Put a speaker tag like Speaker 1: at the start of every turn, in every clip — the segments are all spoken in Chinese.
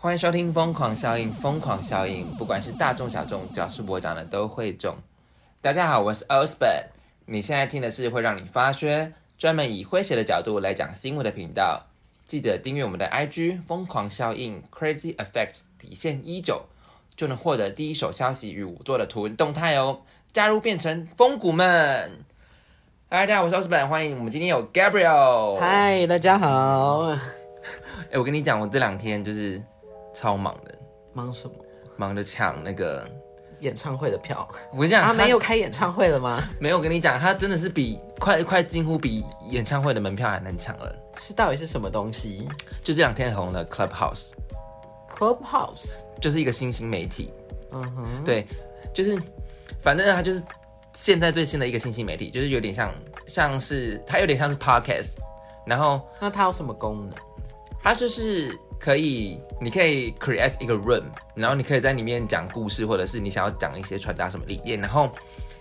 Speaker 1: 欢迎收听《疯狂效应》，疯狂效应，不管是大众小众，只要是我讲的都会中。大家好，我是 Osborn，你现在听的是会让你发噱，专门以诙谐的角度来讲新闻的频道。记得订阅我们的 IG“ 疯狂效应 ”（Crazy Effect） 底线一九，就能获得第一手消息与我做的图文动态哦。加入变成风骨们！嗨，大家好，我是 Osborn，欢迎我们今天有 Gabriel。
Speaker 2: 嗨，大家好。
Speaker 1: 哎、我跟你讲，我这两天就是超忙的，
Speaker 2: 忙什么？
Speaker 1: 忙着抢那个。
Speaker 2: 演唱会的票
Speaker 1: 我跟你讲，
Speaker 2: 啊？
Speaker 1: 他
Speaker 2: 没有开演唱会了吗？
Speaker 1: 没有，我跟你讲，他真的是比快快近乎比演唱会的门票还难抢了。
Speaker 2: 是到底是什么东西
Speaker 1: 就这两天很红的 Clubhouse，
Speaker 2: ？Clubhouse。
Speaker 1: 就是一个新兴媒体，
Speaker 2: 嗯哼，
Speaker 1: 对，就是反正它就是现在最新的一个新兴媒体，就是有点像像是它有点像是 podcast，然后
Speaker 2: 那它有什么功能？
Speaker 1: 它就是可以，你可以 create 一个 room，然后你可以在里面讲故事，或者是你想要讲一些传达什么理念，然后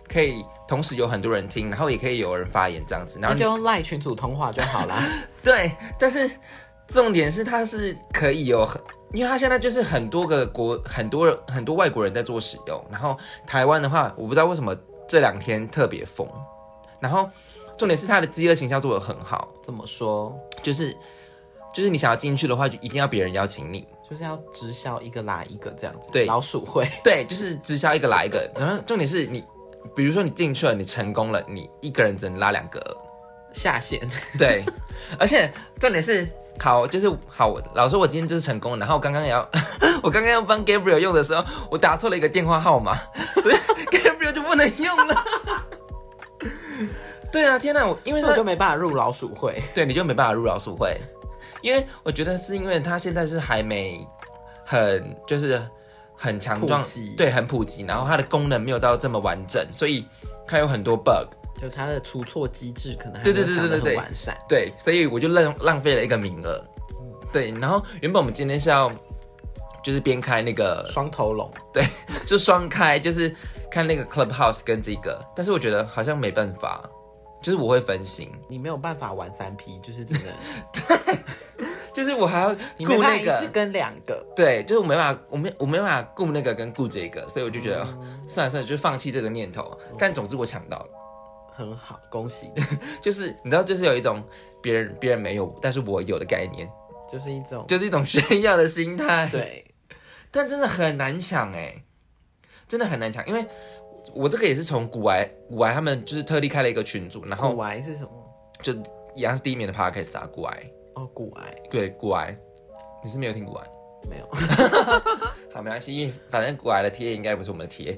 Speaker 1: 可以同时有很多人听，然后也可以有人发言这样子，然
Speaker 2: 那
Speaker 1: 后你
Speaker 2: 就用赖群组通话就好啦。
Speaker 1: 对，但是重点是它是可以有很，因为它现在就是很多个国，很多人很多外国人在做使用，然后台湾的话，我不知道为什么这两天特别疯，然后重点是它的饥饿形象做得很好，
Speaker 2: 怎么说？
Speaker 1: 就是就是你想要进去的话，就一定要别人邀请你，
Speaker 2: 就是要直销一个拉一个这样子。
Speaker 1: 对
Speaker 2: 老鼠会。
Speaker 1: 对，就是直销一个来一个，然后重点是你。比如说你进去了，你成功了，你一个人只能拉两个，
Speaker 2: 下线。
Speaker 1: 对，而且重点是，好，就是好，老师，我今天就是成功了。然后我刚刚也要， 我刚刚要帮 Gabriel 用的时候，我打错了一个电话号码， 所以 Gabriel 就不能用了。 对啊，天哪，我因为
Speaker 2: 所以
Speaker 1: 他
Speaker 2: 我就没办法入老鼠会。
Speaker 1: 对你就没办法入老鼠会，因为我觉得是因为他现在是还没很就是很强壮
Speaker 2: 普及，
Speaker 1: 对，很普及，然后它的功能没有到这么完整，所以它有很多 bug。
Speaker 2: 就它的出错机制可能还
Speaker 1: 对
Speaker 2: 没
Speaker 1: 对对
Speaker 2: 有
Speaker 1: 对
Speaker 2: 想得
Speaker 1: 对
Speaker 2: 很
Speaker 1: 对
Speaker 2: 完善。
Speaker 1: 对，所以我就浪浪费了一个名额。对，然后原本我们今天是要就是边开那 个
Speaker 2: 双头龙，
Speaker 1: 就双开，就是看那个 Clubhouse 跟这个，但是我觉得好像没办法，就是我会分心，
Speaker 2: 你没有办法玩三 P，就是真的，
Speaker 1: 就是我还要
Speaker 2: 你没
Speaker 1: 顾
Speaker 2: 办法
Speaker 1: 那
Speaker 2: 一次
Speaker 1: 个，
Speaker 2: 跟两个。
Speaker 1: 对，就是我没办法，我没我没办法顾那个跟顾这个，所以我就觉得、算了算了，就放弃这个念头。但总之我抢到了，
Speaker 2: 很好，恭喜你，
Speaker 1: 就是你知道，就是有一种别人别人没有，但是我有的概念，
Speaker 2: 就是一 种
Speaker 1: 就是一种炫耀的心态。。
Speaker 2: 对
Speaker 1: 但真的很难抢哎、真的很难抢，因为我这个也是从古玩古玩他们就是特地开了一个群组，然
Speaker 2: 古
Speaker 1: 后
Speaker 2: 癌是什么？
Speaker 1: 就一样是第一名的 podcast 打古玩，
Speaker 2: 哦，古癌
Speaker 1: 对古玩，你是没有听古玩，
Speaker 2: 没有。
Speaker 1: 好没关系，因为反正古玩的贴应该不是我们的贴，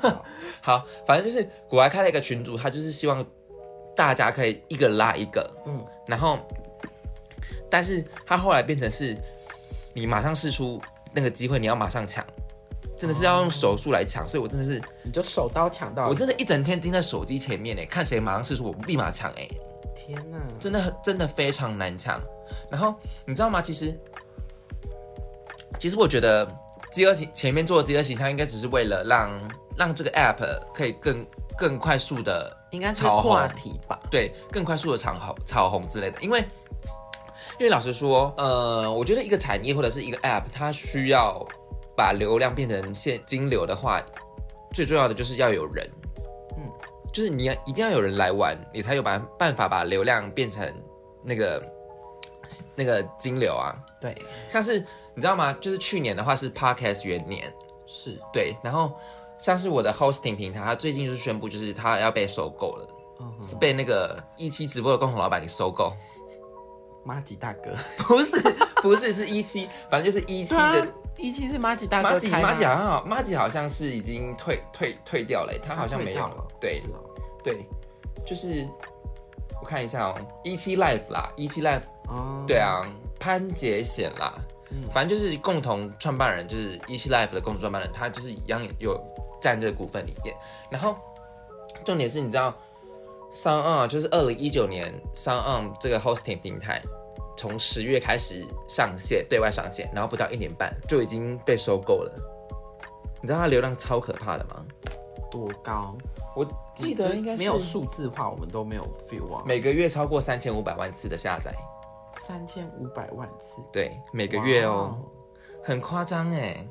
Speaker 1: 好，反正就是古玩开了一个群组，他就是希望大家可以一个拉一个，嗯
Speaker 2: 嗯，
Speaker 1: 然后但是他后来变成是你马上试出那个机会，你要马上抢。真的是
Speaker 2: 哦
Speaker 1: 要用手速来抢，所以我真的是
Speaker 2: 你就手刀抢到，
Speaker 1: 我真的一整天盯在手机前面呢，欸看谁马上试出，我立马抢哎，
Speaker 2: 天哪！
Speaker 1: 真的很真的非常难抢。然后你知道吗？其实，其实我觉得饥饿形前面做的饥饿形象，应该只是为了让让这个 app 可以更更快速的
Speaker 2: 应该是
Speaker 1: 炒红
Speaker 2: 话题吧？
Speaker 1: 对更快速的炒红炒红之类的，因为。因为老实说，呃，我觉得一个产业或者是一个 app，它需要把流量变成现金流的话，最重要的就是要有人，嗯
Speaker 2: 嗯，
Speaker 1: 就是你要一定要有人来玩，你才有把办法把流量变成那个那个金流啊。
Speaker 2: 对，
Speaker 1: 像是你知道吗？就是去年的话是 podcast 元年，
Speaker 2: 是
Speaker 1: 对，然后像是我的 hosting 平台，它最近就是宣布，就是它要被收购了，
Speaker 2: 嗯
Speaker 1: 是被那个一期直播的共同老板给收购，
Speaker 2: 马吉大哥。
Speaker 1: 不是不是是一期，反正 就是一期
Speaker 2: 对
Speaker 1: 的
Speaker 2: 啊。， 一期是马吉大
Speaker 1: 马
Speaker 2: 哥
Speaker 1: 吉
Speaker 2: 开
Speaker 1: 马吉
Speaker 2: 啊
Speaker 1: 好像好马吉好像是已经退退退掉了、欸他好像没有
Speaker 2: 他退掉了
Speaker 1: 对
Speaker 2: 是哦
Speaker 1: 对，就是我看一下哦，一期 life 啦，一期 life
Speaker 2: 哦，
Speaker 1: 对啊，潘杰显啦，反正就是共同创办人，就是一期 Life 的共同创办人，他就是一样有占这个股份里面。然后重点是，你知道 s o n 就是二零一九年 s o n 这个 hosting 平台从十月开始上线，对外上线，然后不到一年半就已经被收购了。你知道它流量超可怕的吗？
Speaker 2: 多高？
Speaker 1: 我记得
Speaker 2: 就
Speaker 1: 应该是
Speaker 2: 嗯没有数字化，我们都没有 feel 啊。
Speaker 1: 每个月超过三千五百万次的下载，
Speaker 2: 三千五百万次，
Speaker 1: 对，每个月哦。
Speaker 2: 哇，
Speaker 1: 很夸张哎。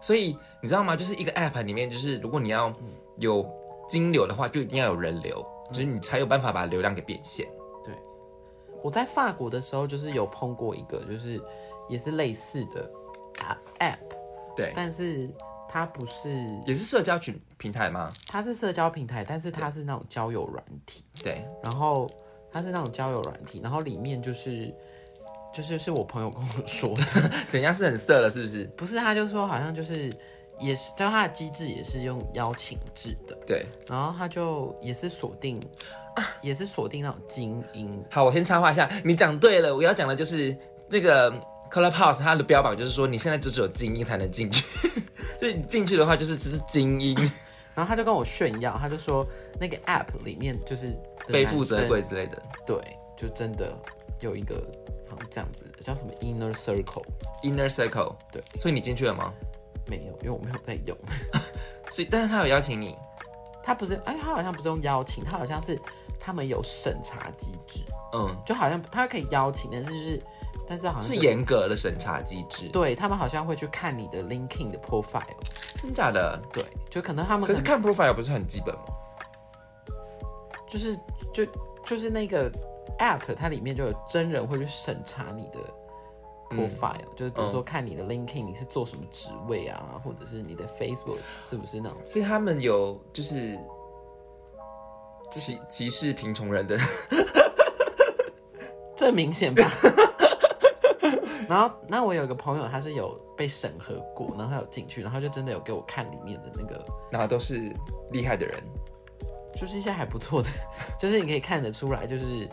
Speaker 1: 所以你知道吗？就是一个 app 里面，就是如果你要有金流的话，就一定要有人流，就是你才有办法把流量给变现。
Speaker 2: 我在法国的时候，就是有碰过一个，就是也是类似的 app app，
Speaker 1: 对，
Speaker 2: 但是它不是，
Speaker 1: 也是社交群平台吗？
Speaker 2: 它是社交平台，但是它是那种交友软体，
Speaker 1: 对，
Speaker 2: 然后它是那种交友软体，然后里面就是就是是我朋友跟我说的，
Speaker 1: 怎样是很色了，是不是？
Speaker 2: 不是他就说好像就是也是，就它的机制也是用邀请制的，
Speaker 1: 对，
Speaker 2: 然后他就也是锁定，也是锁定那种精英，
Speaker 1: 好，我先插话一下，你讲对了，我要讲的就是这个 Clubhouse 它的标榜就是说你现在就只有精英才能进去， 所以你进去的话就是只是精英，
Speaker 2: 然后他就跟我炫耀，他就说那个 app 里面就是的
Speaker 1: 非富则
Speaker 2: 男生
Speaker 1: 贵之类的
Speaker 2: 对，就真的有一个好像这样子，叫什么 inner circle
Speaker 1: inner circle。
Speaker 2: 对，
Speaker 1: 所以你进去了吗？
Speaker 2: 没有，因为我没有在用。
Speaker 1: 所以但是他有邀请你，
Speaker 2: 他不是，哎，他好像不是用邀请，他好像是他们有审查机制，
Speaker 1: 嗯，
Speaker 2: 就好像他可以邀请，但是就是，但是好像
Speaker 1: 是
Speaker 2: 就
Speaker 1: 严格的审查机制，
Speaker 2: 对他们好像会去看你的 linking 的 profile，
Speaker 1: 真假的？
Speaker 2: 对，就可能他们
Speaker 1: 可是
Speaker 2: 能
Speaker 1: 看 profile 不是很基本吗？
Speaker 2: 就是就就是那个 app 它里面就有真人会去审查你的。profile、就是
Speaker 1: 嗯
Speaker 2: 比如说看你的 LinkedIn 你是做什么职位啊，或者是你的 Facebook 是不是那种
Speaker 1: 所以他们有就是歧歧视贫穷人的，
Speaker 2: 这明显吧。 然后，那我有一个朋友，他是有被审核过，然后他有进去，然后就真的有给我看里面的那个，
Speaker 1: 然后都是厉害的人，
Speaker 2: 就是一些还不错的，就是你可以看得出来，就是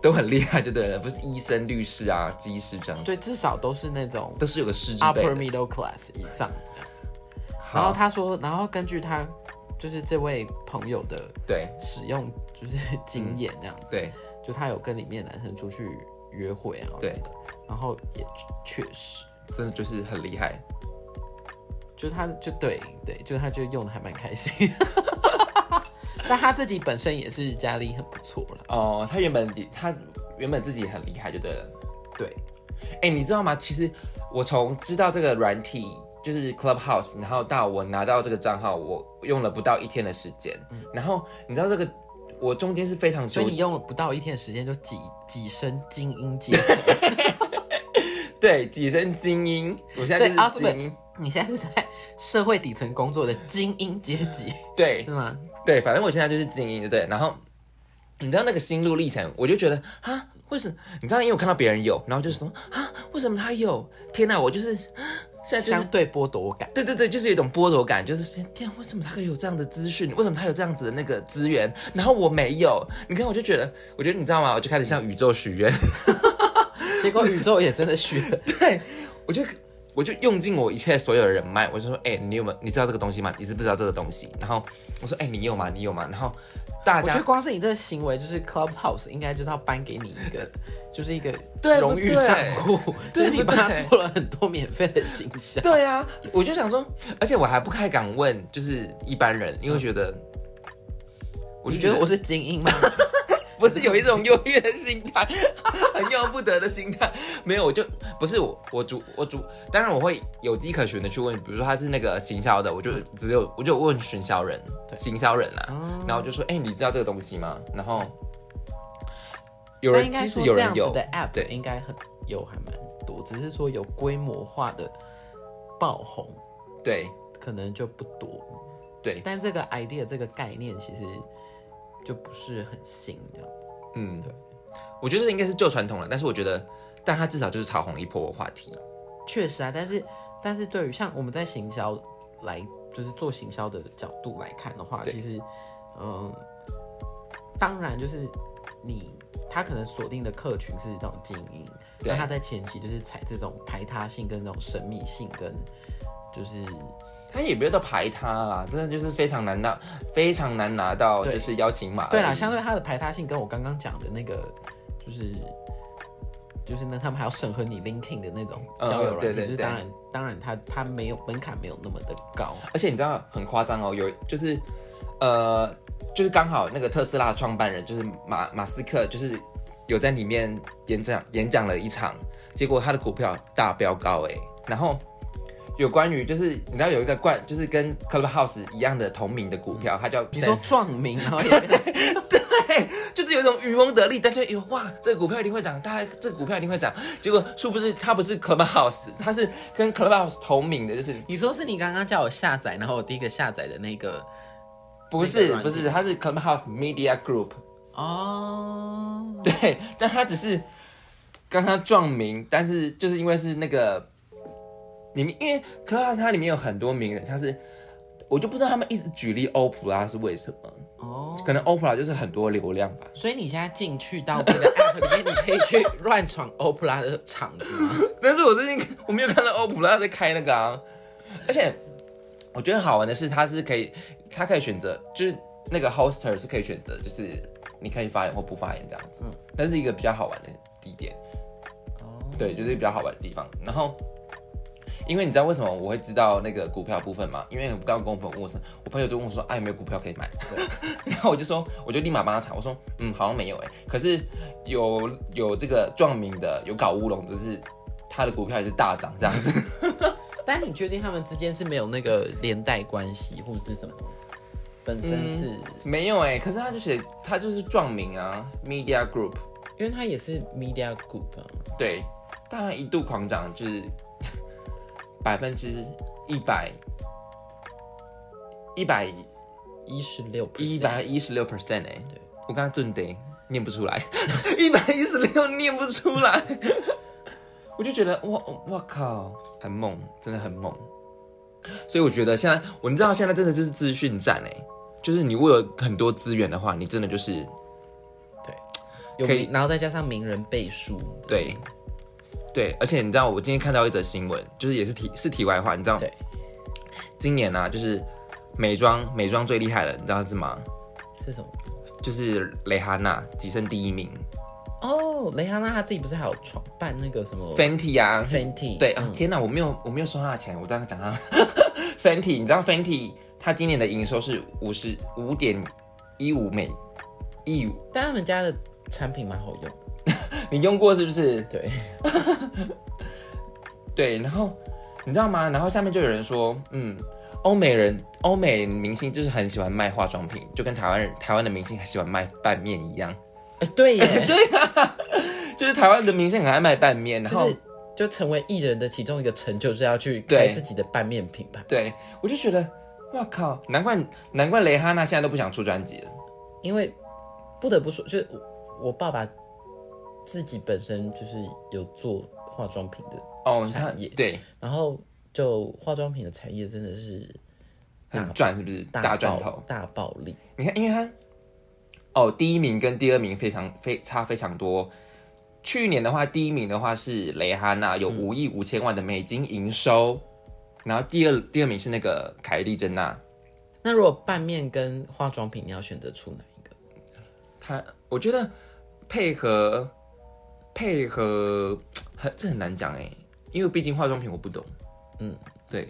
Speaker 1: 都很厉害就对了，不是医生、律师啊、技师这样，
Speaker 2: 对，至少都是那种
Speaker 1: 都是有个师之辈的。
Speaker 2: upper middle class 以上这样子。然后
Speaker 1: 好，
Speaker 2: 他说，然后根据他就是这位朋友的
Speaker 1: 对
Speaker 2: 使用就是经验这样子，
Speaker 1: 对
Speaker 2: 就他有跟里面的男生出去约会啊，
Speaker 1: 对，
Speaker 2: 然后也确实。
Speaker 1: 真的就是很厉害。
Speaker 2: 就是他就对对，就是他就用的还蛮开 心。但他自己本身也是家里很不错了，
Speaker 1: 哦，他原本他原本自己很厉害就对了。
Speaker 2: 对，
Speaker 1: 哎、你知道吗？其实我从知道这个软体就是 Clubhouse，然后到我拿到这个账号，我用了不到一天的时间。然后你知道这个，我中间是非常
Speaker 2: 嗯所
Speaker 1: 纠
Speaker 2: 以你用了不到一天的时间就几几身精英阶层。
Speaker 1: 对跻身精英，我现在就是
Speaker 2: 所以啊 Osborne-
Speaker 1: 精英。
Speaker 2: 你现在是在社会底层工作的精英阶 级，
Speaker 1: 对
Speaker 2: 是吗？
Speaker 1: 对，反正我现在就是精英，对不对？然后你知道那个心路历程，我就觉得啊，为什么？你知道，因为我看到别人有，然后就是说啊，为什么他有？天哪，我就是啊现在就是
Speaker 2: 相对剥夺感，
Speaker 1: 对对对，就是有一种剥夺感，就是天，为什么他可以有这样的资讯？为什么他有这样子的那个资源？然后我没有，你看我就觉得，我觉得你知道吗？我就开始向宇宙许愿，
Speaker 2: 结果宇宙也真的虚了。
Speaker 1: 对我就我就用尽我一切所有的人脉，我就说，哎、你有没有？你知道这个东西吗？你知不知道这个东西？然后我说，哎、你有吗？你有吗？然后大
Speaker 2: 我觉得
Speaker 1: 家
Speaker 2: 光是你这个行为，就是 Clubhouse 应该就是要颁给你一个，就是一个
Speaker 1: 对不
Speaker 2: 荣誉
Speaker 1: 对
Speaker 2: 账户，就
Speaker 1: 对
Speaker 2: 是你
Speaker 1: 不
Speaker 2: 帮他
Speaker 1: 对
Speaker 2: 做了很多免费的形象。
Speaker 1: 对啊，我就想说，而且我还不太敢问，就是一般人，因为觉得。我就
Speaker 2: 你
Speaker 1: 觉
Speaker 2: 觉
Speaker 1: 得
Speaker 2: 得
Speaker 1: 我
Speaker 2: 我是精英吗？
Speaker 1: 不是有一种优越的心态，很要不得的心态。没有，我就不是我，我主我主，当然我会有迹可循的去问，比如说他是那个行销的，我就只有我就问行销人，行销人啦、
Speaker 2: 哦
Speaker 1: 然后就说，哎、你知道这个东西吗？然后有
Speaker 2: 那
Speaker 1: 人
Speaker 2: 应该
Speaker 1: 即使
Speaker 2: 说
Speaker 1: 有
Speaker 2: 这
Speaker 1: 人
Speaker 2: 样子
Speaker 1: 有
Speaker 2: 的 app，
Speaker 1: 对
Speaker 2: 应该很有还蛮多，只是说有规模化的爆红
Speaker 1: 对
Speaker 2: 可能就不多。
Speaker 1: 对，
Speaker 2: 但这个 idea 这个概念其实就不是很新这样子。
Speaker 1: 嗯
Speaker 2: 对，
Speaker 1: 我觉得这应该是旧传统了，但是我觉得，但他至少就是炒红一波话题，
Speaker 2: 确实啊，但是但是对于像我们在行销来就是做行销的角度来看的话，
Speaker 1: 对
Speaker 2: 其实嗯，当然就是你。他可能锁定的客群是那种精英，
Speaker 1: 对
Speaker 2: 那他在前期就是采这种排他性跟这种神秘性跟就是
Speaker 1: 他也不要到排他啦，真的就是非常难拿，非常难拿到就是邀请码而已。
Speaker 2: 对啦，相对它的排他性跟我刚刚讲的那个，就是就是呢，他们还要审核你 linking 的那种
Speaker 1: 嗯
Speaker 2: 交友软
Speaker 1: 对
Speaker 2: 件，
Speaker 1: 对
Speaker 2: 就是
Speaker 1: 对
Speaker 2: 当然当然它它没有门槛没有那么的高，
Speaker 1: 而且你知道很夸张哦，有就是呃，就是刚好那个特斯拉的创办人就是马马斯克，就是有在里面演讲演讲了一场，结果他的股票大飙高哎、然后有关于就是你知道有一个冠就是跟 Clubhouse 一样的同名的股票，它叫
Speaker 2: 你说撞名，然后也 被
Speaker 1: 对，就是有一种渔翁得利，但是有哇，这个股票一定会涨，大家这个股票一定会涨。结果殊不知它不是 Clubhouse，它是跟 Clubhouse 同名的，就是
Speaker 2: 你说是你刚刚叫我下载，然后我第一个下载的那个
Speaker 1: 不是
Speaker 2: 那个软
Speaker 1: 不
Speaker 2: 件
Speaker 1: 是，它是 Clubhouse Media Group。
Speaker 2: 哦，
Speaker 1: 对，但他只是刚刚撞名，但是就是因为是那个里面，因为 Clubhouse 它里面有很多名人，像是我就不知道他们一直举例欧普拉是为什么，
Speaker 2: 哦，
Speaker 1: 可能欧普拉就是很多流量吧。
Speaker 2: 所以你现在进去到你的 app 里面，你可以去乱闯 Oprah 的场子 吗？
Speaker 1: 但是我最近 我没有看到欧普拉在开那个啊，而且我觉得好玩的是，它是可以，它可以选择，就是那个 hoster 是可以选择，就是你可以发言或不发言这样子，
Speaker 2: 嗯
Speaker 1: 那是一个比较好玩的地点。
Speaker 2: 哦，
Speaker 1: 对，就是比较好玩的地方。然后，因为你知道为什么我会知道那个股票部分吗？因为我刚刚跟我朋友问我说，我朋友就问我说，哎、有没有股票可以买？ 然后我就说，我就立马帮他查，我说，嗯，好像没有哎、可是有有这个壮明的，有搞乌龙，就是他的股票也是大涨这样子。
Speaker 2: 但你确定他们之间是没有那个连带关系，或者是什么？本身是、
Speaker 1: 没有哎、可是他就写他就是壮明啊，Media Group，
Speaker 2: 因为它也是 media group 啊，
Speaker 1: 对，但他一度狂涨，就是 百分之一百。一百
Speaker 2: 一十六
Speaker 1: 一百一十六 percent 哎
Speaker 2: 对，
Speaker 1: 我刚刚顿得念不出来， 一百一十六念不出来，我就觉得哇哇靠，很猛，真的很猛。所以我觉得现在，我你知道现在真的就是资讯战哎，就是你如果有很多资源的话，你真的就是
Speaker 2: 有
Speaker 1: 可以
Speaker 2: 名，然后再加上名人背书，
Speaker 1: 对对，而且你知道我今天看到一则新闻，就是也是题是题外话，你知道
Speaker 2: 对，
Speaker 1: 今年啊，就是美妆美妆最厉害了，你知道是吗？
Speaker 2: 是什么？
Speaker 1: 就是蕾哈娜跻身第一名
Speaker 2: 哦，蕾哈娜她自己不是还有创办那个什么
Speaker 1: ，Fenty 啊
Speaker 2: Fenty？
Speaker 1: 对啊，
Speaker 2: 嗯
Speaker 1: 天哪，我没有我没有收他的钱，我刚刚讲他 Fenty，你知道 Fenty 它今年的营收是五十五点一五美一五，
Speaker 2: 但他们家的产品蛮好用，
Speaker 1: 你用过是不是？
Speaker 2: 对，
Speaker 1: 对，然后你知道吗？然后下面就有人说，嗯，欧美人欧美明星就是很喜欢卖化妆品，就跟台湾人台湾的明星很喜欢卖拌面一样，
Speaker 2: 哎，对耶，
Speaker 1: 就是台湾的明星很爱卖拌面，然后、
Speaker 2: 就是就成为艺人的其中一个成就，是要去
Speaker 1: 对
Speaker 2: 开自己的拌面品牌，
Speaker 1: 对我就觉得，哇靠，难怪难怪蕾哈娜现在都不想出专辑了。
Speaker 2: 因为不得不说，就是我我爸爸自己本身就是有做化妆品的，
Speaker 1: 哦，他
Speaker 2: 产业
Speaker 1: 对
Speaker 2: 然后就化妆品的产业真的是
Speaker 1: 很赚是不是？大赚
Speaker 2: 爆
Speaker 1: 头。
Speaker 2: 大暴利，
Speaker 1: 你看，因为他哦，第一名跟第二名非常非差非常多。去年的话，第一名的话是蕾哈娜，有五亿五千万的美金营收，然后第二第二名是那个凯莉珍娜，
Speaker 2: 那如果拌面跟化妆品，你要选择出哪一个？
Speaker 1: 她我觉得配合配合很这很难讲哎，因为毕竟化妆品我不懂，
Speaker 2: 嗯，
Speaker 1: 对，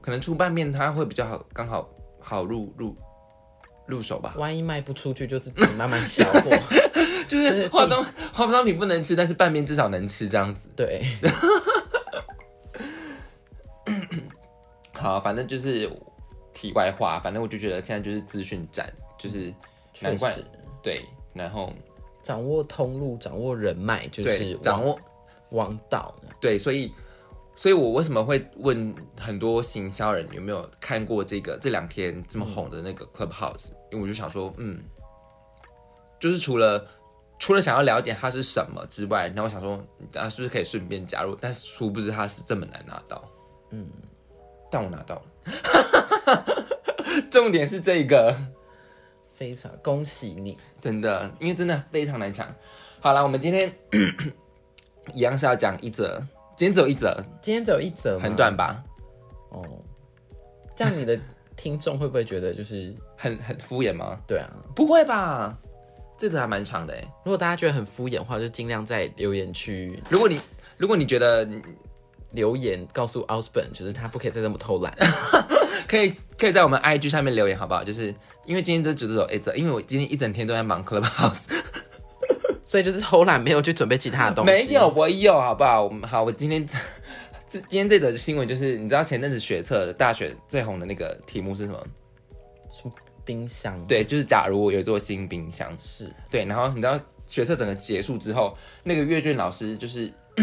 Speaker 1: 可能出拌面它会比较好，刚好好入入入手吧。
Speaker 2: 万一卖不出去，就是自己慢慢销 货。
Speaker 1: 就是化妆化妆品不能吃，但是拌面至少能吃这样子。
Speaker 2: 对，
Speaker 1: 好，反正就是题外话，反正我就觉得现在就是资讯战，就是难怪
Speaker 2: 确实
Speaker 1: 对，然后
Speaker 2: 掌握通路，掌握人脉，就
Speaker 1: 对
Speaker 2: 是
Speaker 1: 掌
Speaker 2: 握
Speaker 1: 握
Speaker 2: 王道。
Speaker 1: 对，所以所以我为什么会问很多行销人有没有看过这个这两天这么红的那个 Clubhouse？、因为我就想说，嗯，就是除了。除了想要了解它是什么之外，那我想说，啊，是不是可以顺便加入？但是殊不知它是这么难拿到，嗯，但我拿到了。 重点是这个，
Speaker 2: 非常恭喜你！
Speaker 1: 真的，因为真的非常难抢。好了，我们今天 一样是要讲一则，今天只有一则，
Speaker 2: 今天只有一则吗，
Speaker 1: 很短吧，
Speaker 2: 哦。这样你的听众会不会觉得就是
Speaker 1: 很很敷衍吗？
Speaker 2: 对啊？
Speaker 1: 不会吧，这则还蛮长的哎。
Speaker 2: 如果大家觉得很敷衍的话，就尽量在留言区
Speaker 1: 如果你如果你觉得
Speaker 2: 留言告诉 Osborn，就是他不可以再这么偷 懒。
Speaker 1: 可以，可以在我们 IG 下面留言哎好不好？就是因为今天这只有一则，因为我今天一整天都在忙 Clubhouse，
Speaker 2: 所以就是偷懒没有去准备其他的东西。
Speaker 1: 没有，我有，好不好？我们好，我今天 这今天这则新闻就是，你知道前阵子学测大学最红的那个题目是什么？
Speaker 2: 什么冰箱？，
Speaker 1: 对，就是假如我有一座新冰箱，
Speaker 2: 是
Speaker 1: 对，然后你知道学测整个结束之后，那个阅卷老师就是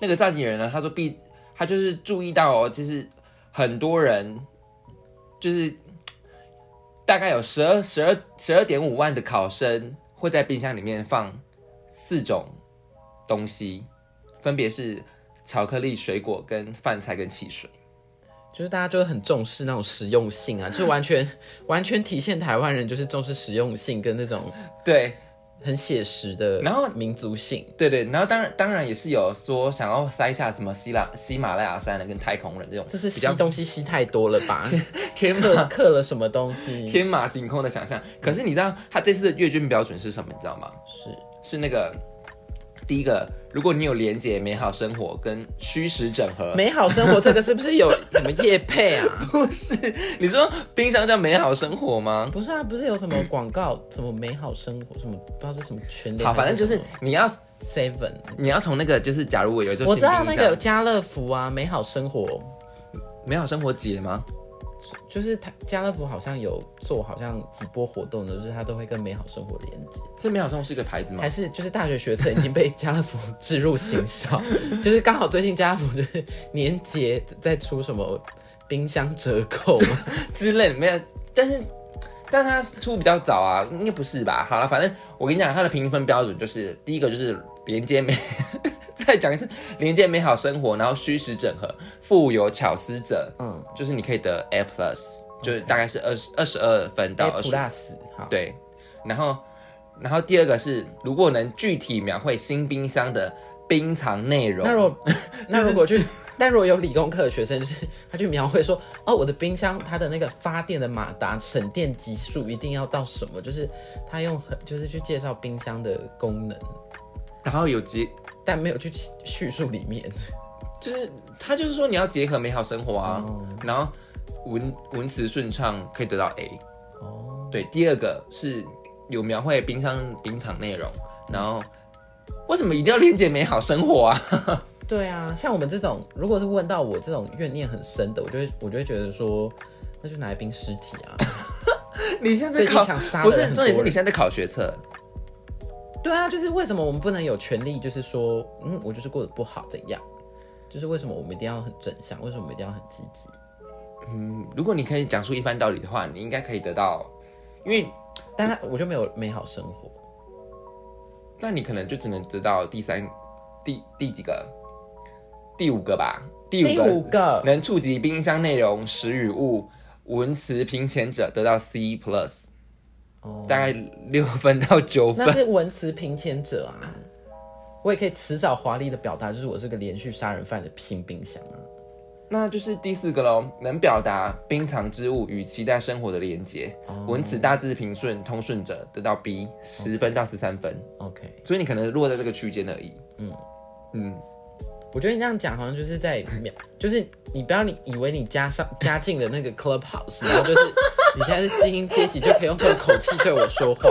Speaker 1: 那个召集人呢，他说必他就是注意到哦，就是很多人就是大概有十二十二十二点五万的考生会在冰箱里面放四种东西，分别是巧克力、水果、跟饭菜跟汽水。
Speaker 2: 就是大家就很重视那种实用性啊，就完全完全体现台湾人就是重视实用性跟那种
Speaker 1: 对
Speaker 2: 很写实的，
Speaker 1: 然后
Speaker 2: 民族性。
Speaker 1: 对对，然后当然当然也是有说想要塞下什么希腊喜马拉雅山的跟太空人这种
Speaker 2: 这是
Speaker 1: 比
Speaker 2: 吸
Speaker 1: 较
Speaker 2: 东西吸太多了 吧？
Speaker 1: 天
Speaker 2: 刻
Speaker 1: 马
Speaker 2: 刻了什么东西？
Speaker 1: 天马行空的想象。可是你知道他这次的阅卷标准是什么？你知道吗？
Speaker 2: 是
Speaker 1: 是那个第一个，如果你有连结美好生活跟虚实整合，
Speaker 2: 美好生活这个是不是有什么叶配啊？
Speaker 1: 不是？你说冰箱叫美好生活吗？
Speaker 2: 不是啊，不是有什么广告，什么美好生活，什么不知道是什么全联
Speaker 1: 好，
Speaker 2: 还什么，
Speaker 1: 反正就是你要
Speaker 2: Seven。
Speaker 1: 你要从那个就是，假如我有一座
Speaker 2: 我
Speaker 1: 新
Speaker 2: 知
Speaker 1: 冰
Speaker 2: 道
Speaker 1: 箱，
Speaker 2: 那个家乐福啊，美好生活，
Speaker 1: 美好生活节吗？
Speaker 2: 就是他家乐福好像有做好像几波活动的，就是他都会跟美好生活连接，
Speaker 1: 这美好生活是一个牌子吗
Speaker 2: 还？是就是大学学测已经被家乐福置入行销， 就是刚好最近家乐福就是年节在出什么冰箱折扣嘛，
Speaker 1: 之类的没有，但是但他出比较早啊，应该不是吧？好了，反正我跟你讲，他的评分标准就是第一个就是连接美， 再讲一次连接美好生活，然后虚实整合，富有巧思者，
Speaker 2: 嗯，
Speaker 1: 就是你可以得 A plus，就是大概是二十二十二分到
Speaker 2: 哎
Speaker 1: 二十
Speaker 2: 普拉斯，好，
Speaker 1: 对，然后然后第二个是如果能具体描绘新冰箱的冰藏内容，
Speaker 2: 那如果 那如果去，但如果有理工科的学生，就是他去描绘说，哦，我的冰箱它的那个发电的马达省电级数一定要到什么，就是他用很就是去介绍冰箱的功能，
Speaker 1: 然后有结
Speaker 2: 但没有去叙述里面。
Speaker 1: 就是他就是说你要结合美好生活啊，然后文文词顺畅可以得到 A。
Speaker 2: 哦，
Speaker 1: 对，第二个是有描绘冰箱冰场内容，然后为什么一定要连接美好生活啊？
Speaker 2: 对啊，像我们这种，如果是问到我这种怨念很深的，我就会我就会觉得说，那就拿来冰尸体 啊。
Speaker 1: 你现在
Speaker 2: 最
Speaker 1: 考
Speaker 2: 近想杀
Speaker 1: 不
Speaker 2: 的人
Speaker 1: 是
Speaker 2: 很
Speaker 1: 重点是
Speaker 2: 多
Speaker 1: 你
Speaker 2: 人
Speaker 1: 现在在考学测，
Speaker 2: 对啊，就是为什么我们不能有权利，就是说，嗯，我就是过得不好怎样？就是为什么我们一定要很正向？为什么我们一定要很积极？
Speaker 1: 嗯，如果你可以讲述一番道理的话，你应该可以得到，因为
Speaker 2: 但他我就没有美好生活，
Speaker 1: 那你可能就只能得到第三第第几个，第五个吧，第五
Speaker 2: 第
Speaker 1: 个
Speaker 2: 五个
Speaker 1: 能触及冰箱内容时与物文词评前者得到 C plus，、
Speaker 2: 哦
Speaker 1: 大概六分到九分
Speaker 2: 那。是文词评前者啊。我也可以辞藻华丽的表达，就是我是个连续杀人犯的新冰箱啊。
Speaker 1: 那就是第四个喽，能表达冰藏之物与期待生活的连结，
Speaker 2: 哦
Speaker 1: 文词大致平顺通顺者得到 B 十分到十三分，
Speaker 2: OK，
Speaker 1: 所以你可能落在这个区间而已。嗯
Speaker 2: 嗯
Speaker 1: 嗯，
Speaker 2: 我觉得你这样讲好像就是在秒，就是你不要你以为你加上加进了那个 Clubhouse，然后就是你现在是精英阶级，就可以用这种口气对我说话。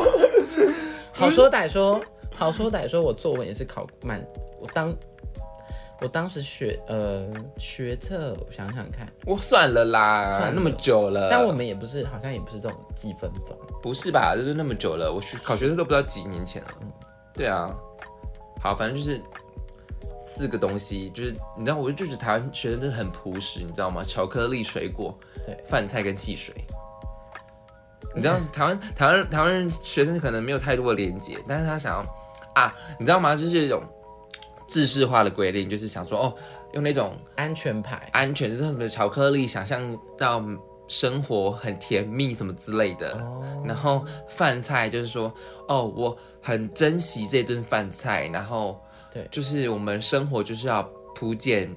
Speaker 2: 好说歹说，好说歹说，我作文也是考满，我当我当时学呃学测，我想想看，
Speaker 1: 我算了啦，
Speaker 2: 算了
Speaker 1: 那么久了，
Speaker 2: 但我们也不是好像也不是这种积分法。
Speaker 1: 不是吧？就是那么久了，我学考学生都不知道几年前了。对啊，好，反正就是四个东西，就是你知道，我就觉得台湾学生真的很朴实，你知道吗？巧克力、水果、
Speaker 2: 对
Speaker 1: 饭菜跟汽水。你知道台湾台湾台湾学生可能没有太多的连接，但是他想要啊，你知道吗？就是一种制式化的规定，就是想说哦，用那种
Speaker 2: 安全牌，
Speaker 1: 安全，就是什么巧克力，想象到生活很甜蜜什么之类的。
Speaker 2: 哦
Speaker 1: 然后饭菜就是说，哦，我很珍惜这顿饭菜，然后
Speaker 2: 对
Speaker 1: 就是我们生活就是要朴简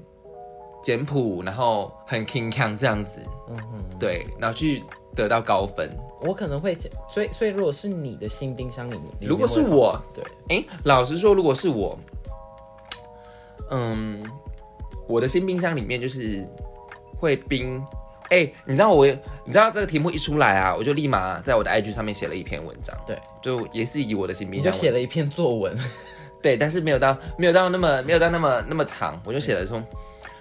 Speaker 1: 简朴，然后很 king king 这样子，
Speaker 2: 嗯哼，
Speaker 1: 对，然后去得到高分。
Speaker 2: 我可能会讲，所以所以如果是你的新冰箱里面，
Speaker 1: 如果是
Speaker 2: 里面会有
Speaker 1: 我，
Speaker 2: 对，
Speaker 1: 诶，老实说，如果是我，嗯，我的新冰箱里面就是会冰，哎、你知道我，你知道这个题目一出来啊，我就立马在我的 IG 上面写了一篇文章，
Speaker 2: 对，
Speaker 1: 就也是以我的新
Speaker 2: 你
Speaker 1: 冰
Speaker 2: 就
Speaker 1: 箱
Speaker 2: 写了一篇作文，
Speaker 1: 对，但是没有到没有到那么没有到那么那么长，我就写了说，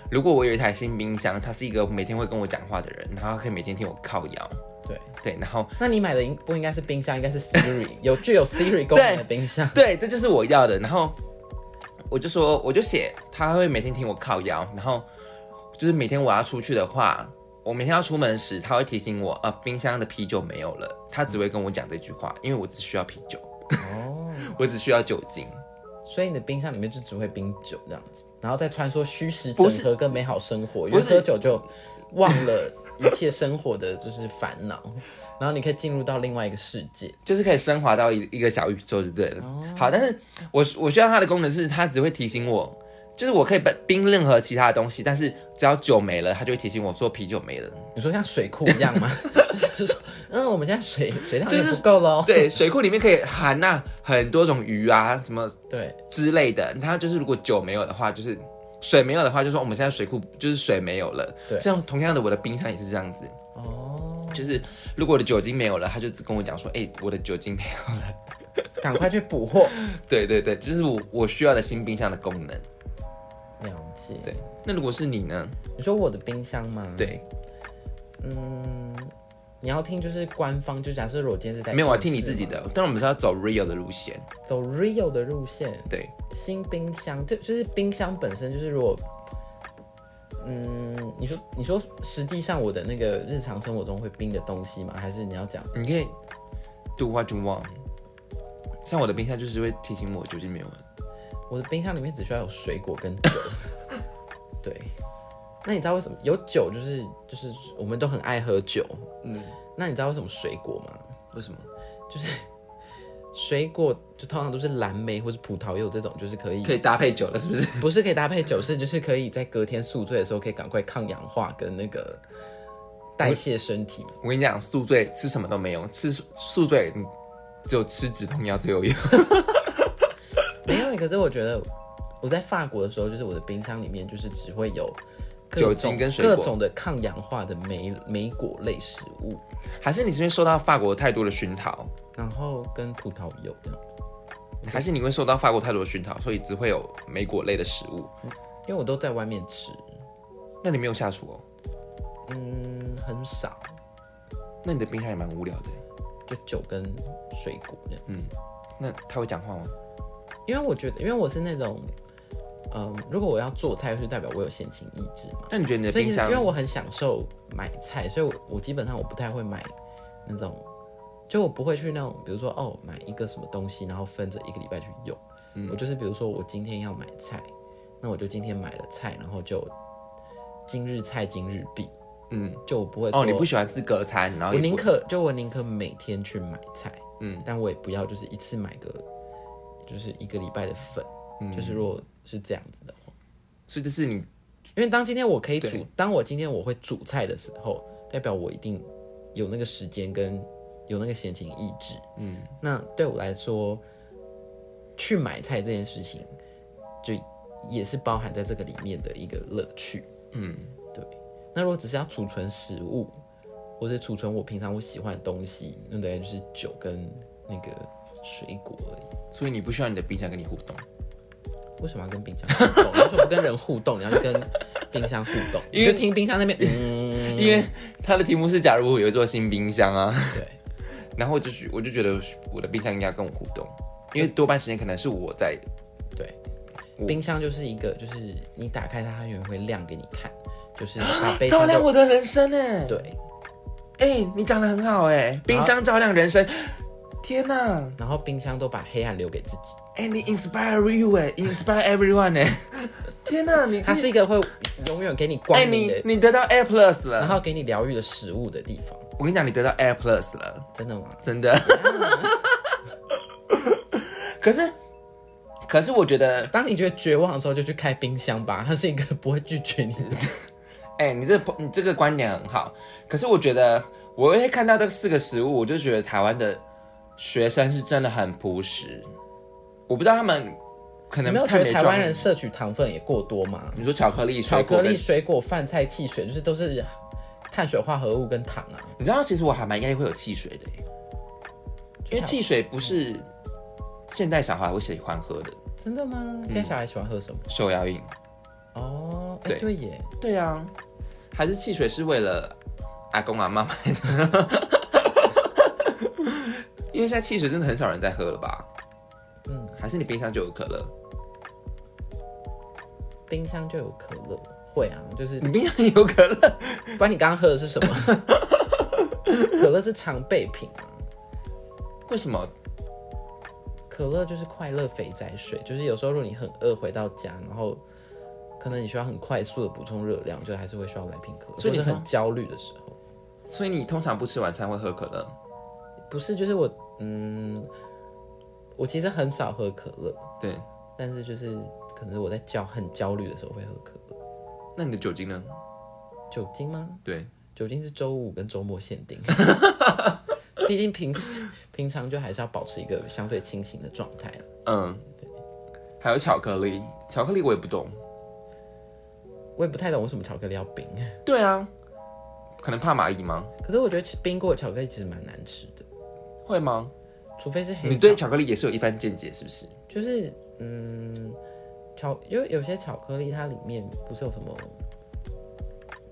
Speaker 1: 如果我有一台新冰箱，他是一个每天会跟我讲话的人，然后他可以每天听我靠摇，
Speaker 2: 对。
Speaker 1: 对，然后
Speaker 2: 那你买的应不应该是冰箱，应该是 Siri，有具有 Siri 功能的冰箱。
Speaker 1: 对，这就是我要的，然后我就说我就写他会每天听我靠摇，然后就是每天我要出去的话，我每天要出门时，他会提醒我，呃，冰箱的啤酒没有了，他只会跟我讲这句话，因为我只需要啤酒，
Speaker 2: 哦，
Speaker 1: 我只需要酒精，
Speaker 2: 所以你的冰箱里面就只会冰酒这样子，然后再穿梭虚实整
Speaker 1: 不是
Speaker 2: 合跟美好生活，因
Speaker 1: 不
Speaker 2: 为
Speaker 1: 是
Speaker 2: 喝酒就忘了一切生活的就是烦恼，然后你可以进入到另外一个世界。
Speaker 1: 就是可以升华到一一个小宇宙就对了。好，但是我我需要它的功能是，它只会提醒我，就是我可以本冰任何其他的东西，但是只要酒没了，它就会提醒我说啤酒没了。
Speaker 2: 你说像水库一样吗？ 就是说，嗯，我们现在水水量也
Speaker 1: 就是
Speaker 2: 不够喽。
Speaker 1: 对，水库里面可以含那、很多种鱼啊，什么
Speaker 2: 对，
Speaker 1: 之类的。它就是如果酒没有的话，就是水没有的话，就说我们现在水库就是水没有了。
Speaker 2: 对
Speaker 1: 这样同样的，我的冰箱也是这样子，
Speaker 2: 哦，
Speaker 1: 就是如果我的酒精没有了，它就只跟我讲说，哎、我的酒精没有了。
Speaker 2: 赶快去补货。
Speaker 1: 对对对，这、就是我我需要的新冰箱的功能。
Speaker 2: 了解。
Speaker 1: 对，那如果是你呢？
Speaker 2: 你说我的冰箱吗？，
Speaker 1: 对，
Speaker 2: 你要听就是官方，就假设如果我今天是在
Speaker 1: 没有，我要啊
Speaker 2: 都
Speaker 1: 听你
Speaker 2: 市
Speaker 1: 自己
Speaker 2: 嘛，
Speaker 1: 的。但我们是要走 real 的路线，
Speaker 2: 走 real 的路线。
Speaker 1: 对，
Speaker 2: 新冰箱，就就是冰箱本身就是如果，嗯，你说你说实际上我的那个日常生活中会冰的东西吗？还是你要讲
Speaker 1: 你可以 do what you want。像我的冰箱就是会提醒我酒精没有了，
Speaker 2: 我的冰箱里面只需要有水果跟酒？ 对，那你知道为什么有酒就是就是我们都很爱喝酒，
Speaker 1: 嗯，
Speaker 2: 那你知道为什么水果吗？
Speaker 1: 为什么？
Speaker 2: 水果就通常都是蓝莓或是葡萄柚这种，就是可以
Speaker 1: 可以搭配酒了，是不是？
Speaker 2: 不是可以搭配酒，是 就是可以在隔天宿醉的时候可以赶快抗氧化跟那个代谢身体。
Speaker 1: 我跟你讲，宿醉吃什么都没用，吃宿醉你只有吃止痛药最有用。
Speaker 2: 没有，可是我觉得我在法国的时候，就是我的冰箱里面就是只会有各
Speaker 1: 酒
Speaker 2: 种
Speaker 1: 精跟水果
Speaker 2: 各种的抗氧化的莓莓果类食物，
Speaker 1: 还是你是因为受到法国太多的熏陶，
Speaker 2: 然后跟葡萄柚这样子，
Speaker 1: 还是你会受到法国太多的熏陶，所以只会有莓果类的食物？
Speaker 2: 因为我都在外面吃，
Speaker 1: 那你没有下厨哦？
Speaker 2: 嗯，很少，
Speaker 1: 那你的冰箱也蛮无聊的。欸
Speaker 2: 就酒跟水果这
Speaker 1: 嗯
Speaker 2: 样子。
Speaker 1: 那他会讲话吗？
Speaker 2: 因为我觉得，因为我是那种，嗯，如果我要做菜，就代表我有闲情逸致嘛。
Speaker 1: 那你觉得你的
Speaker 2: 所以
Speaker 1: 冰
Speaker 2: 其实因
Speaker 1: 箱
Speaker 2: 为我很享受买菜，所以我我基本上我不太会买那种，就我不会去那种，比如说哦买一个什么东西，然后分着一个礼拜去用。
Speaker 1: 嗯
Speaker 2: 我就是比如说我今天要买菜，那我就今天买了菜，然后就今日菜今日毕，
Speaker 1: 嗯，
Speaker 2: 就我不会说
Speaker 1: 哦，你不喜欢吃隔餐，然后
Speaker 2: 我
Speaker 1: 也
Speaker 2: 宁
Speaker 1: 不
Speaker 2: 可就我宁可每天去买菜，
Speaker 1: 嗯
Speaker 2: 但我也不要就是一次买个就是一个礼拜的份，
Speaker 1: 嗯
Speaker 2: 就是如果是这样子的话。
Speaker 1: 所以这是你
Speaker 2: 因为当今天我可以煮
Speaker 1: 对，
Speaker 2: 当我今天我会煮菜的时候，代表我一定有那个时间跟有那个闲情逸致。嗯，那对我来说，去买菜这件事情，就也是包含在这个里面的一个乐趣。
Speaker 1: 嗯，
Speaker 2: 对。那如果只是要储存食物，或者储存我平常我喜欢的东西，那大概就是酒跟那个水果而已。
Speaker 1: 所以你不需要你的冰箱跟你互动，
Speaker 2: 为什么要跟冰箱互动？ 为什么不跟人互动？你要去跟冰箱互动，你
Speaker 1: 因为
Speaker 2: 就听冰箱那 边，嗯。
Speaker 1: 因为他的题目是假如我有一座新冰箱啊，
Speaker 2: 对，
Speaker 1: 然后我就觉我就觉得我的冰箱应该跟我互动，因为多半时间可能是我在我
Speaker 2: 冰箱就是一个，就是你打开它，它永远会亮给你看，就是把悲
Speaker 1: 照
Speaker 2: 伤
Speaker 1: 亮
Speaker 2: 都
Speaker 1: 我的人生呢。，
Speaker 2: 对，
Speaker 1: 哎、你讲的很好哎、冰箱照亮人生，天哪、
Speaker 2: 然后冰箱都把黑暗留给自己。
Speaker 1: 哎、你 inspire you 哎、i n s p i r e everyone 哎、 天哪、你
Speaker 2: 它
Speaker 1: 这
Speaker 2: 是一个会永远给你光
Speaker 1: 哎、
Speaker 2: 明的
Speaker 1: 你，你得到 Air Plus
Speaker 2: 然
Speaker 1: 了，
Speaker 2: 后给你疗愈的食物的地方，
Speaker 1: 我跟你讲，你得到 Air Plus 了。
Speaker 2: 真的吗？
Speaker 1: 真的。 可是，可是我觉得，
Speaker 2: 当你觉得绝望的时候，就去开冰箱吧，它是一个不会拒绝你的。
Speaker 1: 哎、你这你这个观点很好。可是我觉得，我会看到这四个食物，我就觉得台湾的学生是真的很朴实。我不知道他们可
Speaker 2: 你
Speaker 1: 能
Speaker 2: 没有
Speaker 1: 太
Speaker 2: 觉得
Speaker 1: 没
Speaker 2: 台
Speaker 1: 状
Speaker 2: 湾人摄取糖分也过多吗？
Speaker 1: 你说巧克力、
Speaker 2: 巧
Speaker 1: 水果
Speaker 2: 克
Speaker 1: 跟
Speaker 2: 力、水果、饭菜、汽水，就是都是碳水化合物跟糖啊，
Speaker 1: 你知道，其实我还蛮压抑会有汽水的耶，因为汽水不是现代小孩会喜欢喝的。
Speaker 2: 真的
Speaker 1: 嗯
Speaker 2: 吗？现在小孩喜欢喝什么？
Speaker 1: 手摇饮，
Speaker 2: 哦，哎
Speaker 1: 对
Speaker 2: 对耶，
Speaker 1: 对啊，还是汽水是为了阿公阿妈买的， 因为现在汽水真的很少人在喝了吧？
Speaker 2: 嗯，
Speaker 1: 还是你冰箱就有可乐？
Speaker 2: 冰箱就有可乐，会啊，就是
Speaker 1: 你冰箱有可乐？
Speaker 2: 不管你刚刚喝的是什么， 可乐是常备品啊。
Speaker 1: 为什么？
Speaker 2: 可乐就是快乐肥宅水，就是有时候如果你很饿回到家，然后可能你需要很快速的补充热量，就还是会需要来瓶可乐，
Speaker 1: 所以你
Speaker 2: 或者
Speaker 1: 通
Speaker 2: 很焦虑的时候，
Speaker 1: 所以你通常不吃晚餐会喝可乐？
Speaker 2: 不是就是我嗯，我其实很少喝可乐，
Speaker 1: 对，
Speaker 2: 但是就是可能我在焦很焦虑的时候会喝可乐。
Speaker 1: 那你的酒精呢？
Speaker 2: 酒精吗？
Speaker 1: 对，
Speaker 2: 酒精是周五跟周末限定，毕竟平时平常就还是要保持一个相对清醒的状态啊啦
Speaker 1: 嗯，还有巧克力，巧克力我也不懂。
Speaker 2: 我也不太懂为什么巧克力要冰，
Speaker 1: 对啊，可能怕蚂蚁吗？
Speaker 2: 可是我觉得吃冰过的巧克力其实蛮难吃的，
Speaker 1: 会吗？
Speaker 2: 除非是黑
Speaker 1: 你
Speaker 2: 巧
Speaker 1: 对巧克力也是有一番见解，是不是？
Speaker 2: 就是嗯，巧因为有些巧克力它里面不是有什么，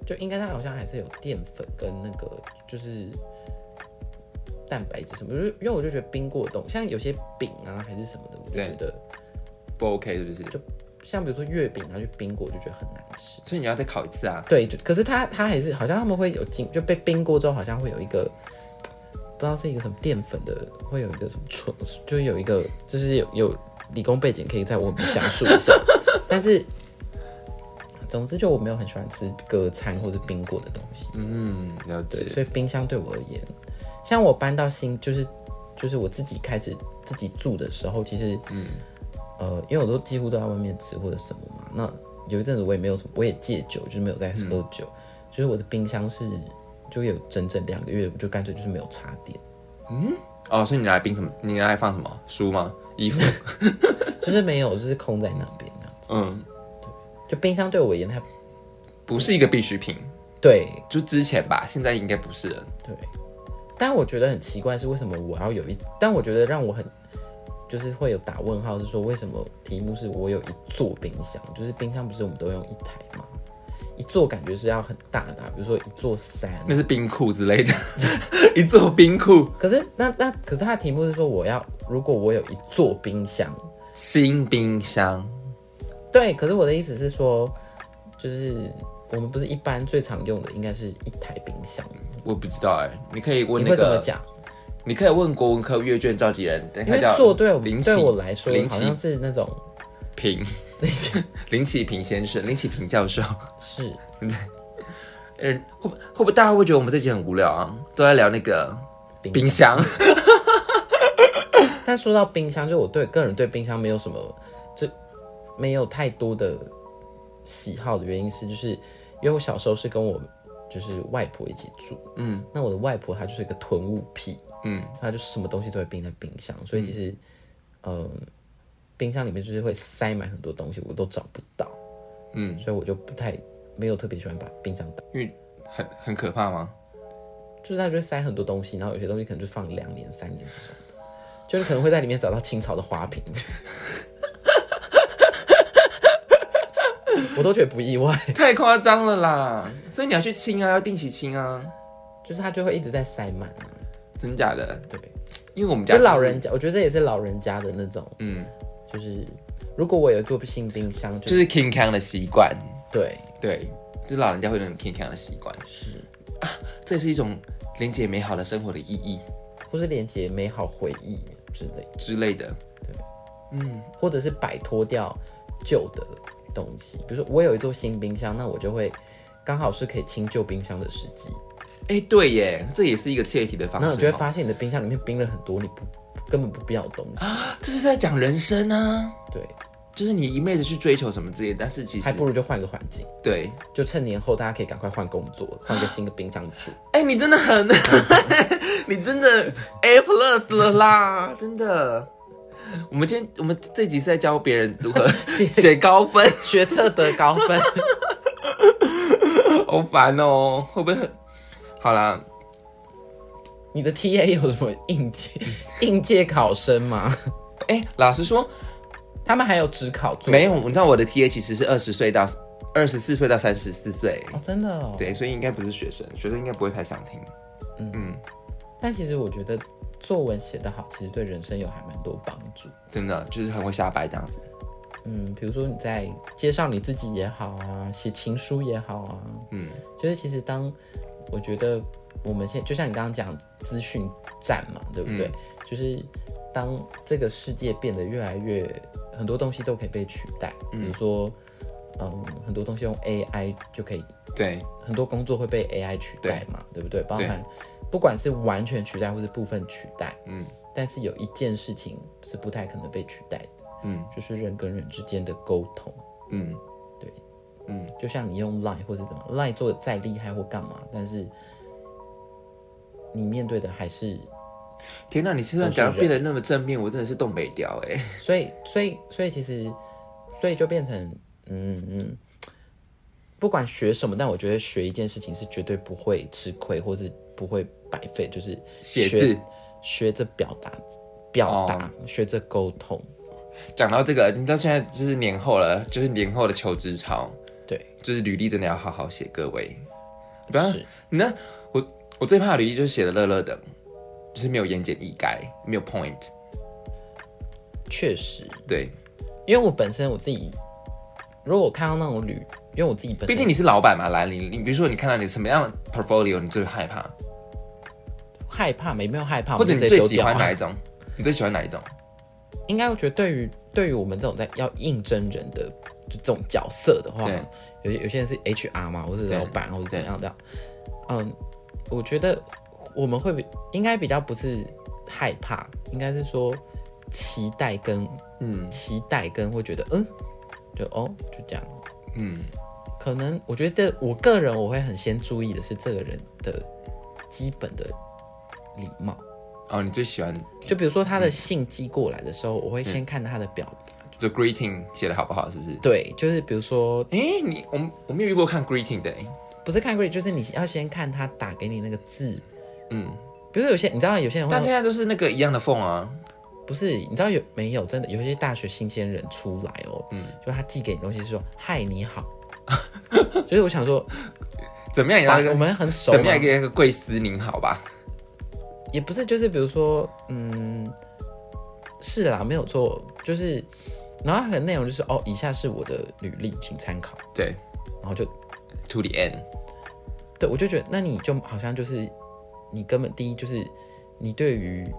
Speaker 2: 就应该它好像还是有淀粉跟那个就是蛋白质什么，就是因为我就觉得冰过的东西，像有些饼啊还是什么的，我就
Speaker 1: 对
Speaker 2: 觉得
Speaker 1: 不 OK 是不是？
Speaker 2: 像比如说月饼，然后去冰过，我就觉得很难吃。
Speaker 1: 所以你要再烤一次啊？
Speaker 2: 对，就可是它它还是好像他们会有进，就被冰过之后，好像会有一个不知道是一个什么淀粉的，会有一个什么纯，就是有一个就是有有理工背景可以在我们详述一下， 但是总之就我没有很喜欢吃隔餐或是冰过的东西，
Speaker 1: 嗯，了
Speaker 2: 对，
Speaker 1: 解。
Speaker 2: 所以冰箱对我而言，像我搬到新就是就是我自己开始自己住的时候，其实嗯呃，因为我都几乎都在外面吃或者什么嘛，那有一阵子我也没有什么，我也戒酒，就是没有在喝酒，就是我的冰箱是就有整整两个月，我就干脆就是没有插电，
Speaker 1: 哦，所以你拿来冰什么？你拿来放什么？书吗？衣 服？
Speaker 2: 就是没有，就是空在那边啊。
Speaker 1: 嗯，
Speaker 2: 就冰箱对我而言，它
Speaker 1: 不是一个必需品，
Speaker 2: 对
Speaker 1: 就之前吧，现在应该不是了。
Speaker 2: 对，但我觉得很奇怪是为什么我要有一，但我觉得让我很就是会有打问号是说为什么题目是我有一座冰箱，就是冰箱不是我们都用一台吗？一座感觉是要很大的啊、比如说一座山。
Speaker 1: 那是冰库之类的， 一座冰库，
Speaker 2: 可是那那可是它的题目是说我要如果我有一座冰箱，
Speaker 1: 新冰箱。
Speaker 2: 对，可是我的意思是说，就是我们不是一般最常用的应该是一台冰箱，
Speaker 1: 我不知道哎、你可以问
Speaker 2: 你
Speaker 1: 那
Speaker 2: 会怎么
Speaker 1: 个，
Speaker 2: 讲？
Speaker 1: 你可以问国文科阅卷召集人，
Speaker 2: 因
Speaker 1: 他
Speaker 2: 为
Speaker 1: 叫
Speaker 2: 做对我
Speaker 1: 林
Speaker 2: 对
Speaker 1: 启
Speaker 2: 我来说
Speaker 1: 林
Speaker 2: 好
Speaker 1: 启
Speaker 2: 像是那种
Speaker 1: 平，林启平先生，林启平教授。
Speaker 2: 是
Speaker 1: 嗯，会不会不会大家会觉得我们这集很无聊啊？都在聊那个冰箱，
Speaker 2: 但说到冰箱，就我对个人对冰箱没有什么，就没有太多的喜好的原因是，就是因为我小时候是跟我就是外婆一起住，
Speaker 1: 嗯
Speaker 2: 那我的外婆她就是一个囤物癖，
Speaker 1: 嗯，
Speaker 2: 她就是什么东西都会冰在冰箱，所以其实，嗯、冰箱里面就是会塞满很多东西，我都找不到，
Speaker 1: 嗯，
Speaker 2: 所以我就不太没有特别喜欢把冰箱打，
Speaker 1: 因为很很可怕吗？
Speaker 2: 就是它就会塞很多东西，然后有些东西可能就放两年、三年这种的，就是可能会在里面找到清朝的花瓶。 我都觉得不意外，
Speaker 1: 太夸张了啦！所以你要去清啊，要定期清啊，
Speaker 2: 就是它就会一直在塞满啊。
Speaker 1: 真假的？
Speaker 2: 对，
Speaker 1: 因为我们家
Speaker 2: 就老
Speaker 1: 是
Speaker 2: 人，家，我觉得这也是老人家的那种，
Speaker 1: 嗯，
Speaker 2: 就是如果我有做新冰箱，就
Speaker 1: 就是 king can 的习惯，
Speaker 2: 对，
Speaker 1: 对，就是老人家会有那种 king can 的习惯，
Speaker 2: 是，
Speaker 1: 这也是一种连接美好的生活的意义
Speaker 2: 或是连接美好回忆之类，
Speaker 1: 之类的。
Speaker 2: 或者是摆脱掉旧的东西。比如说我有一座新冰箱，那我就会刚好是可以清旧冰箱的时机。
Speaker 1: 哎、对耶，这也是一个切题的方
Speaker 2: 那你
Speaker 1: 式
Speaker 2: 就会
Speaker 1: 哦。
Speaker 2: 发现你的冰箱里面冰了很多你不根本不必要的东西，
Speaker 1: 这是在讲人生啊，
Speaker 2: 对，
Speaker 1: 就是你一昧的去追求什么之类的，但是其
Speaker 2: 还
Speaker 1: 实
Speaker 2: 不如就换个环境，
Speaker 1: 对，
Speaker 2: 就趁年后大家可以赶快换工作，换个新的冰箱 住。
Speaker 1: 哎、你真的很，你真 的 A plus 了啦，真的。我们今天我们这集是在教别人如何 写高分，
Speaker 2: 学测得高分，
Speaker 1: 好烦哦，会不会很好啦，
Speaker 2: 你的 TA 有什么 应届应届考生吗？
Speaker 1: 哎、老实说，
Speaker 2: 他们还有职考做
Speaker 1: 没有，你知道我的 TA 其实是二十岁到二十四岁到三十四岁，
Speaker 2: 哦，真的哦。
Speaker 1: 对，所以应该不是学生，学生应该不会太想听。
Speaker 2: 嗯
Speaker 1: 嗯
Speaker 2: 但其实我觉得作文写得好，其实对人生有还蛮多帮助。
Speaker 1: 真的就是很会瞎掰这样子。
Speaker 2: 嗯，比如说你在介绍你自己也好啊，写情书也好啊，
Speaker 1: 嗯，
Speaker 2: 就是其实当我觉得我们现就像你刚刚讲资讯战嘛，对不对？就是当这个世界变得越来越很多东西都可以被取代，比如说嗯，很多东西用 AI 就可以
Speaker 1: 对，
Speaker 2: 很多工作会被 AI 取代嘛，对不对？包含不管是完全取代或是部分取代，
Speaker 1: 嗯
Speaker 2: 但是有一件事情是不太可能被取代的，
Speaker 1: 嗯
Speaker 2: 就是人跟人之间的沟通。
Speaker 1: 嗯，
Speaker 2: 对，
Speaker 1: 嗯，
Speaker 2: 就像你用 Line 或是怎么 Line 做的再厉害或干嘛，但是你面对的还是，
Speaker 1: 天哪，你现在
Speaker 2: 都是
Speaker 1: 讲
Speaker 2: 人
Speaker 1: 变得那么正面，我真的是东北调哎、
Speaker 2: 所以所以所以其实，所以就变成嗯嗯。不管学什么，但我觉得学一件事情是绝对不会吃亏，或是不会白费，就是
Speaker 1: 写
Speaker 2: 学
Speaker 1: 字。哦
Speaker 2: 学着表达，表达，学着沟通。
Speaker 1: 讲到这个，你知道现在就是年后了，就是年后的求职潮，
Speaker 2: 对，
Speaker 1: 就是履历真的要好好写，各位。不要，
Speaker 2: 是
Speaker 1: 你那我我最怕的履历就是写的乐乐的，就是没有言简意赅，没有 point。
Speaker 2: 确实，
Speaker 1: 对，
Speaker 2: 因为我本身我自己，如果我看到那种履，因为我自己本
Speaker 1: 毕
Speaker 2: 身
Speaker 1: 竟你是老板嘛，来，你你比如说你看到你什么样的 portfolio 你最害怕，
Speaker 2: 害怕，没没有害怕，
Speaker 1: 或者
Speaker 2: 我
Speaker 1: 你
Speaker 2: 就直
Speaker 1: 最
Speaker 2: 接丢
Speaker 1: 喜
Speaker 2: 掉
Speaker 1: 欢哪一种？你最喜欢哪一种？
Speaker 2: 应该我觉得对于对于我们这种在要应征人的就这种角色的话
Speaker 1: 对，
Speaker 2: 有有些人是 HR 嘛，或是
Speaker 1: 对
Speaker 2: 老板或者怎样的，嗯，我觉得我们会比应该比较不是害怕，应该是说期待跟
Speaker 1: 嗯
Speaker 2: 期待跟会觉得嗯，就哦就这样，
Speaker 1: 嗯，
Speaker 2: 可能我觉得我个人我会很先注意的是这个人的基本的礼貌，
Speaker 1: 哦，你最喜欢
Speaker 2: 就比如说他
Speaker 1: 嗯
Speaker 2: 的信寄过来的时候，我会先看他的表达。
Speaker 1: 就 greeting 写的好不好，是不是？
Speaker 2: 对，就是比如说，
Speaker 1: 诶，你我们我没有遇过看 greeting 的、诶
Speaker 2: 不是看 grade，就是你要先看他打给你那个字。
Speaker 1: 嗯，
Speaker 2: 比如说有些，你知道有些人会
Speaker 1: 但现在都是那个一样的缝啊，
Speaker 2: 不是，你知道有没有真的有一些大学新鲜人出来哦，嗯，就他寄给你东西是说嗨你好， 就是我想说，
Speaker 1: 怎么样也要
Speaker 2: 反
Speaker 1: 一个
Speaker 2: 我们很熟
Speaker 1: 怎么
Speaker 2: 嘛
Speaker 1: 样，也要一个贵司您好吧？
Speaker 2: 也不是，就是比如说，嗯，是啦，没有错，就是，然后它的内容就是哦，以下是我的履历，请参考，
Speaker 1: 对
Speaker 2: 然后就
Speaker 1: ，to the end，
Speaker 2: 对，我就觉得，那你就好像就是你根本第一就是你对于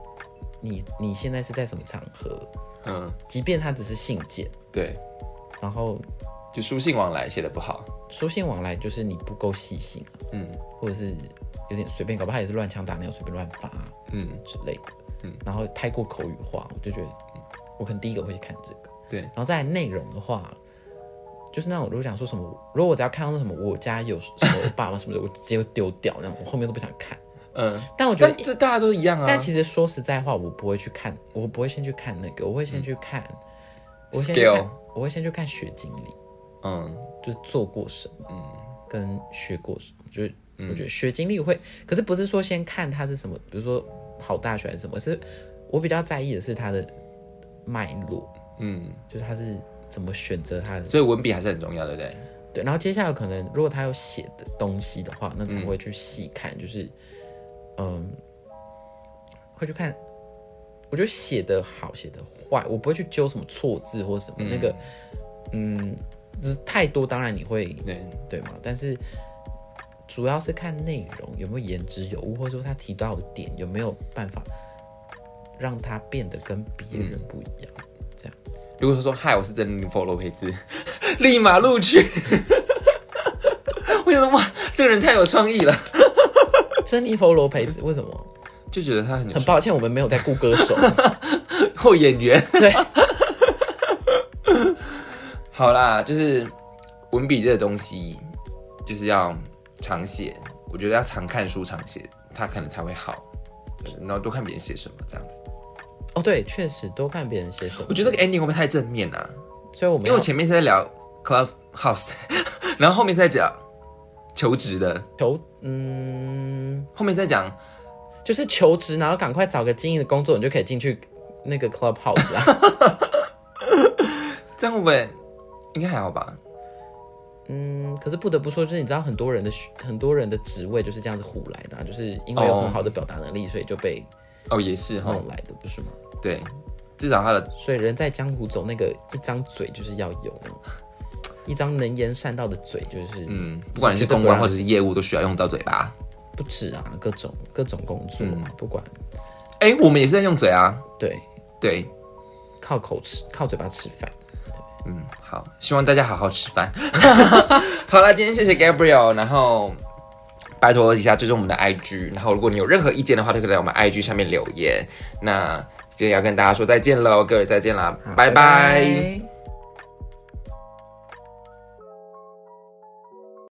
Speaker 2: 你你现在是在什么场合，
Speaker 1: 嗯，
Speaker 2: 即便它只是信件，
Speaker 1: 对，
Speaker 2: 然后
Speaker 1: 就书信往来写的不好，
Speaker 2: 书信往来，就是你不够细心啊，
Speaker 1: 嗯
Speaker 2: 或者是有点随便，搞不好也是乱枪打鸟，随便乱发啊
Speaker 1: 嗯，
Speaker 2: 之类的，
Speaker 1: 嗯，
Speaker 2: 然后太过口语化，我就觉得我可能第一个会去看这个，
Speaker 1: 对，
Speaker 2: 然后再来内容的话。就是那种，如果想说什么，如果我只要看到那什么，我家有什么，我爸爸什么的，我直接丢掉那种，我后面都不想看。
Speaker 1: 嗯，
Speaker 2: 但我觉得
Speaker 1: 但这大家都一样啊，
Speaker 2: 但其实说实在话，我不会去看，我不会先去看那个，我会先去看，我会先去
Speaker 1: Skill
Speaker 2: 看，我会先去看学经历，
Speaker 1: 嗯
Speaker 2: 就是做过什么，
Speaker 1: 嗯
Speaker 2: 跟学过什么，就是我觉得学经历会，可是不是说先看它是什么，比如说好大学还是什么，是我比较在意的是它的脉络，
Speaker 1: 嗯，
Speaker 2: 就是它是怎么选择它的，
Speaker 1: 所以文笔还是很重要，对不对？
Speaker 2: 对，然后接下来可能如果他有写的东西的话，那才会去细看，就是嗯，会去看。我觉得写的好，写的坏，我不会去揪什么错字或什么、那个，嗯，就是太多，当然你会
Speaker 1: 对，
Speaker 2: 对吗？但是主要是看内容有没有言之有物，或者说他提到的点有没有办法让他变得跟别人不一样，这样子。
Speaker 1: 如果他说嗨，我是真的 follow 佩兹， 立马录 取。我想说哇，这个人太有创意了，
Speaker 2: 珍妮佛罗培兹为什么？
Speaker 1: 就觉得他很有
Speaker 2: 很抱歉，我们没有在顾歌手。
Speaker 1: 后演员。
Speaker 2: 对，
Speaker 1: 好啦，就是文笔这个东西，就是要常写，我觉得要常看书、常写，它可能才会好。就是然后多看别人写什么这样子，嗯
Speaker 2: 哦，对，确实多看别人写什么。
Speaker 1: 我觉得这个 ending 会不会太正面啊？
Speaker 2: 所以我们
Speaker 1: 因为我
Speaker 2: 要
Speaker 1: 前面是在聊 club house，然后后面是在讲求职的，
Speaker 2: 求嗯，
Speaker 1: 后面再讲。
Speaker 2: 就是求职，然后赶快找个经营的工作，你就可以进去那个 clubhouse 啊。
Speaker 1: 这样我们应该还好吧？
Speaker 2: 嗯，可是不得不说，就是你知道很多人的学很多人的职位就是这样子唬来的啊、就是因为有很好的表达能力，所以就被
Speaker 1: 哦，也是哈、
Speaker 2: 弄来的，不是吗？
Speaker 1: 对，至少他的
Speaker 2: 所以人在江湖走，那个一张嘴就是要有，一张能言善道的嘴，就是
Speaker 1: 嗯，不管你是公关或者是业务，都需要用到嘴巴。
Speaker 2: 不止啊，各种各种工作
Speaker 1: 嗯
Speaker 2: 嘛，不管
Speaker 1: 哎、我们也是在用嘴啊，
Speaker 2: 对，
Speaker 1: 对，
Speaker 2: 靠口吃，靠嘴巴吃饭。
Speaker 1: 嗯，好，希望大家好好吃饭。 好了，今天谢谢 Gabriel，然后拜托一下追踪我们的 IG，然后如果你有任何意见的话，都可以在我们 IG 下
Speaker 2: 啊
Speaker 1: 面留言。那今天要跟大家说再见喽，各位再见啦，拜拜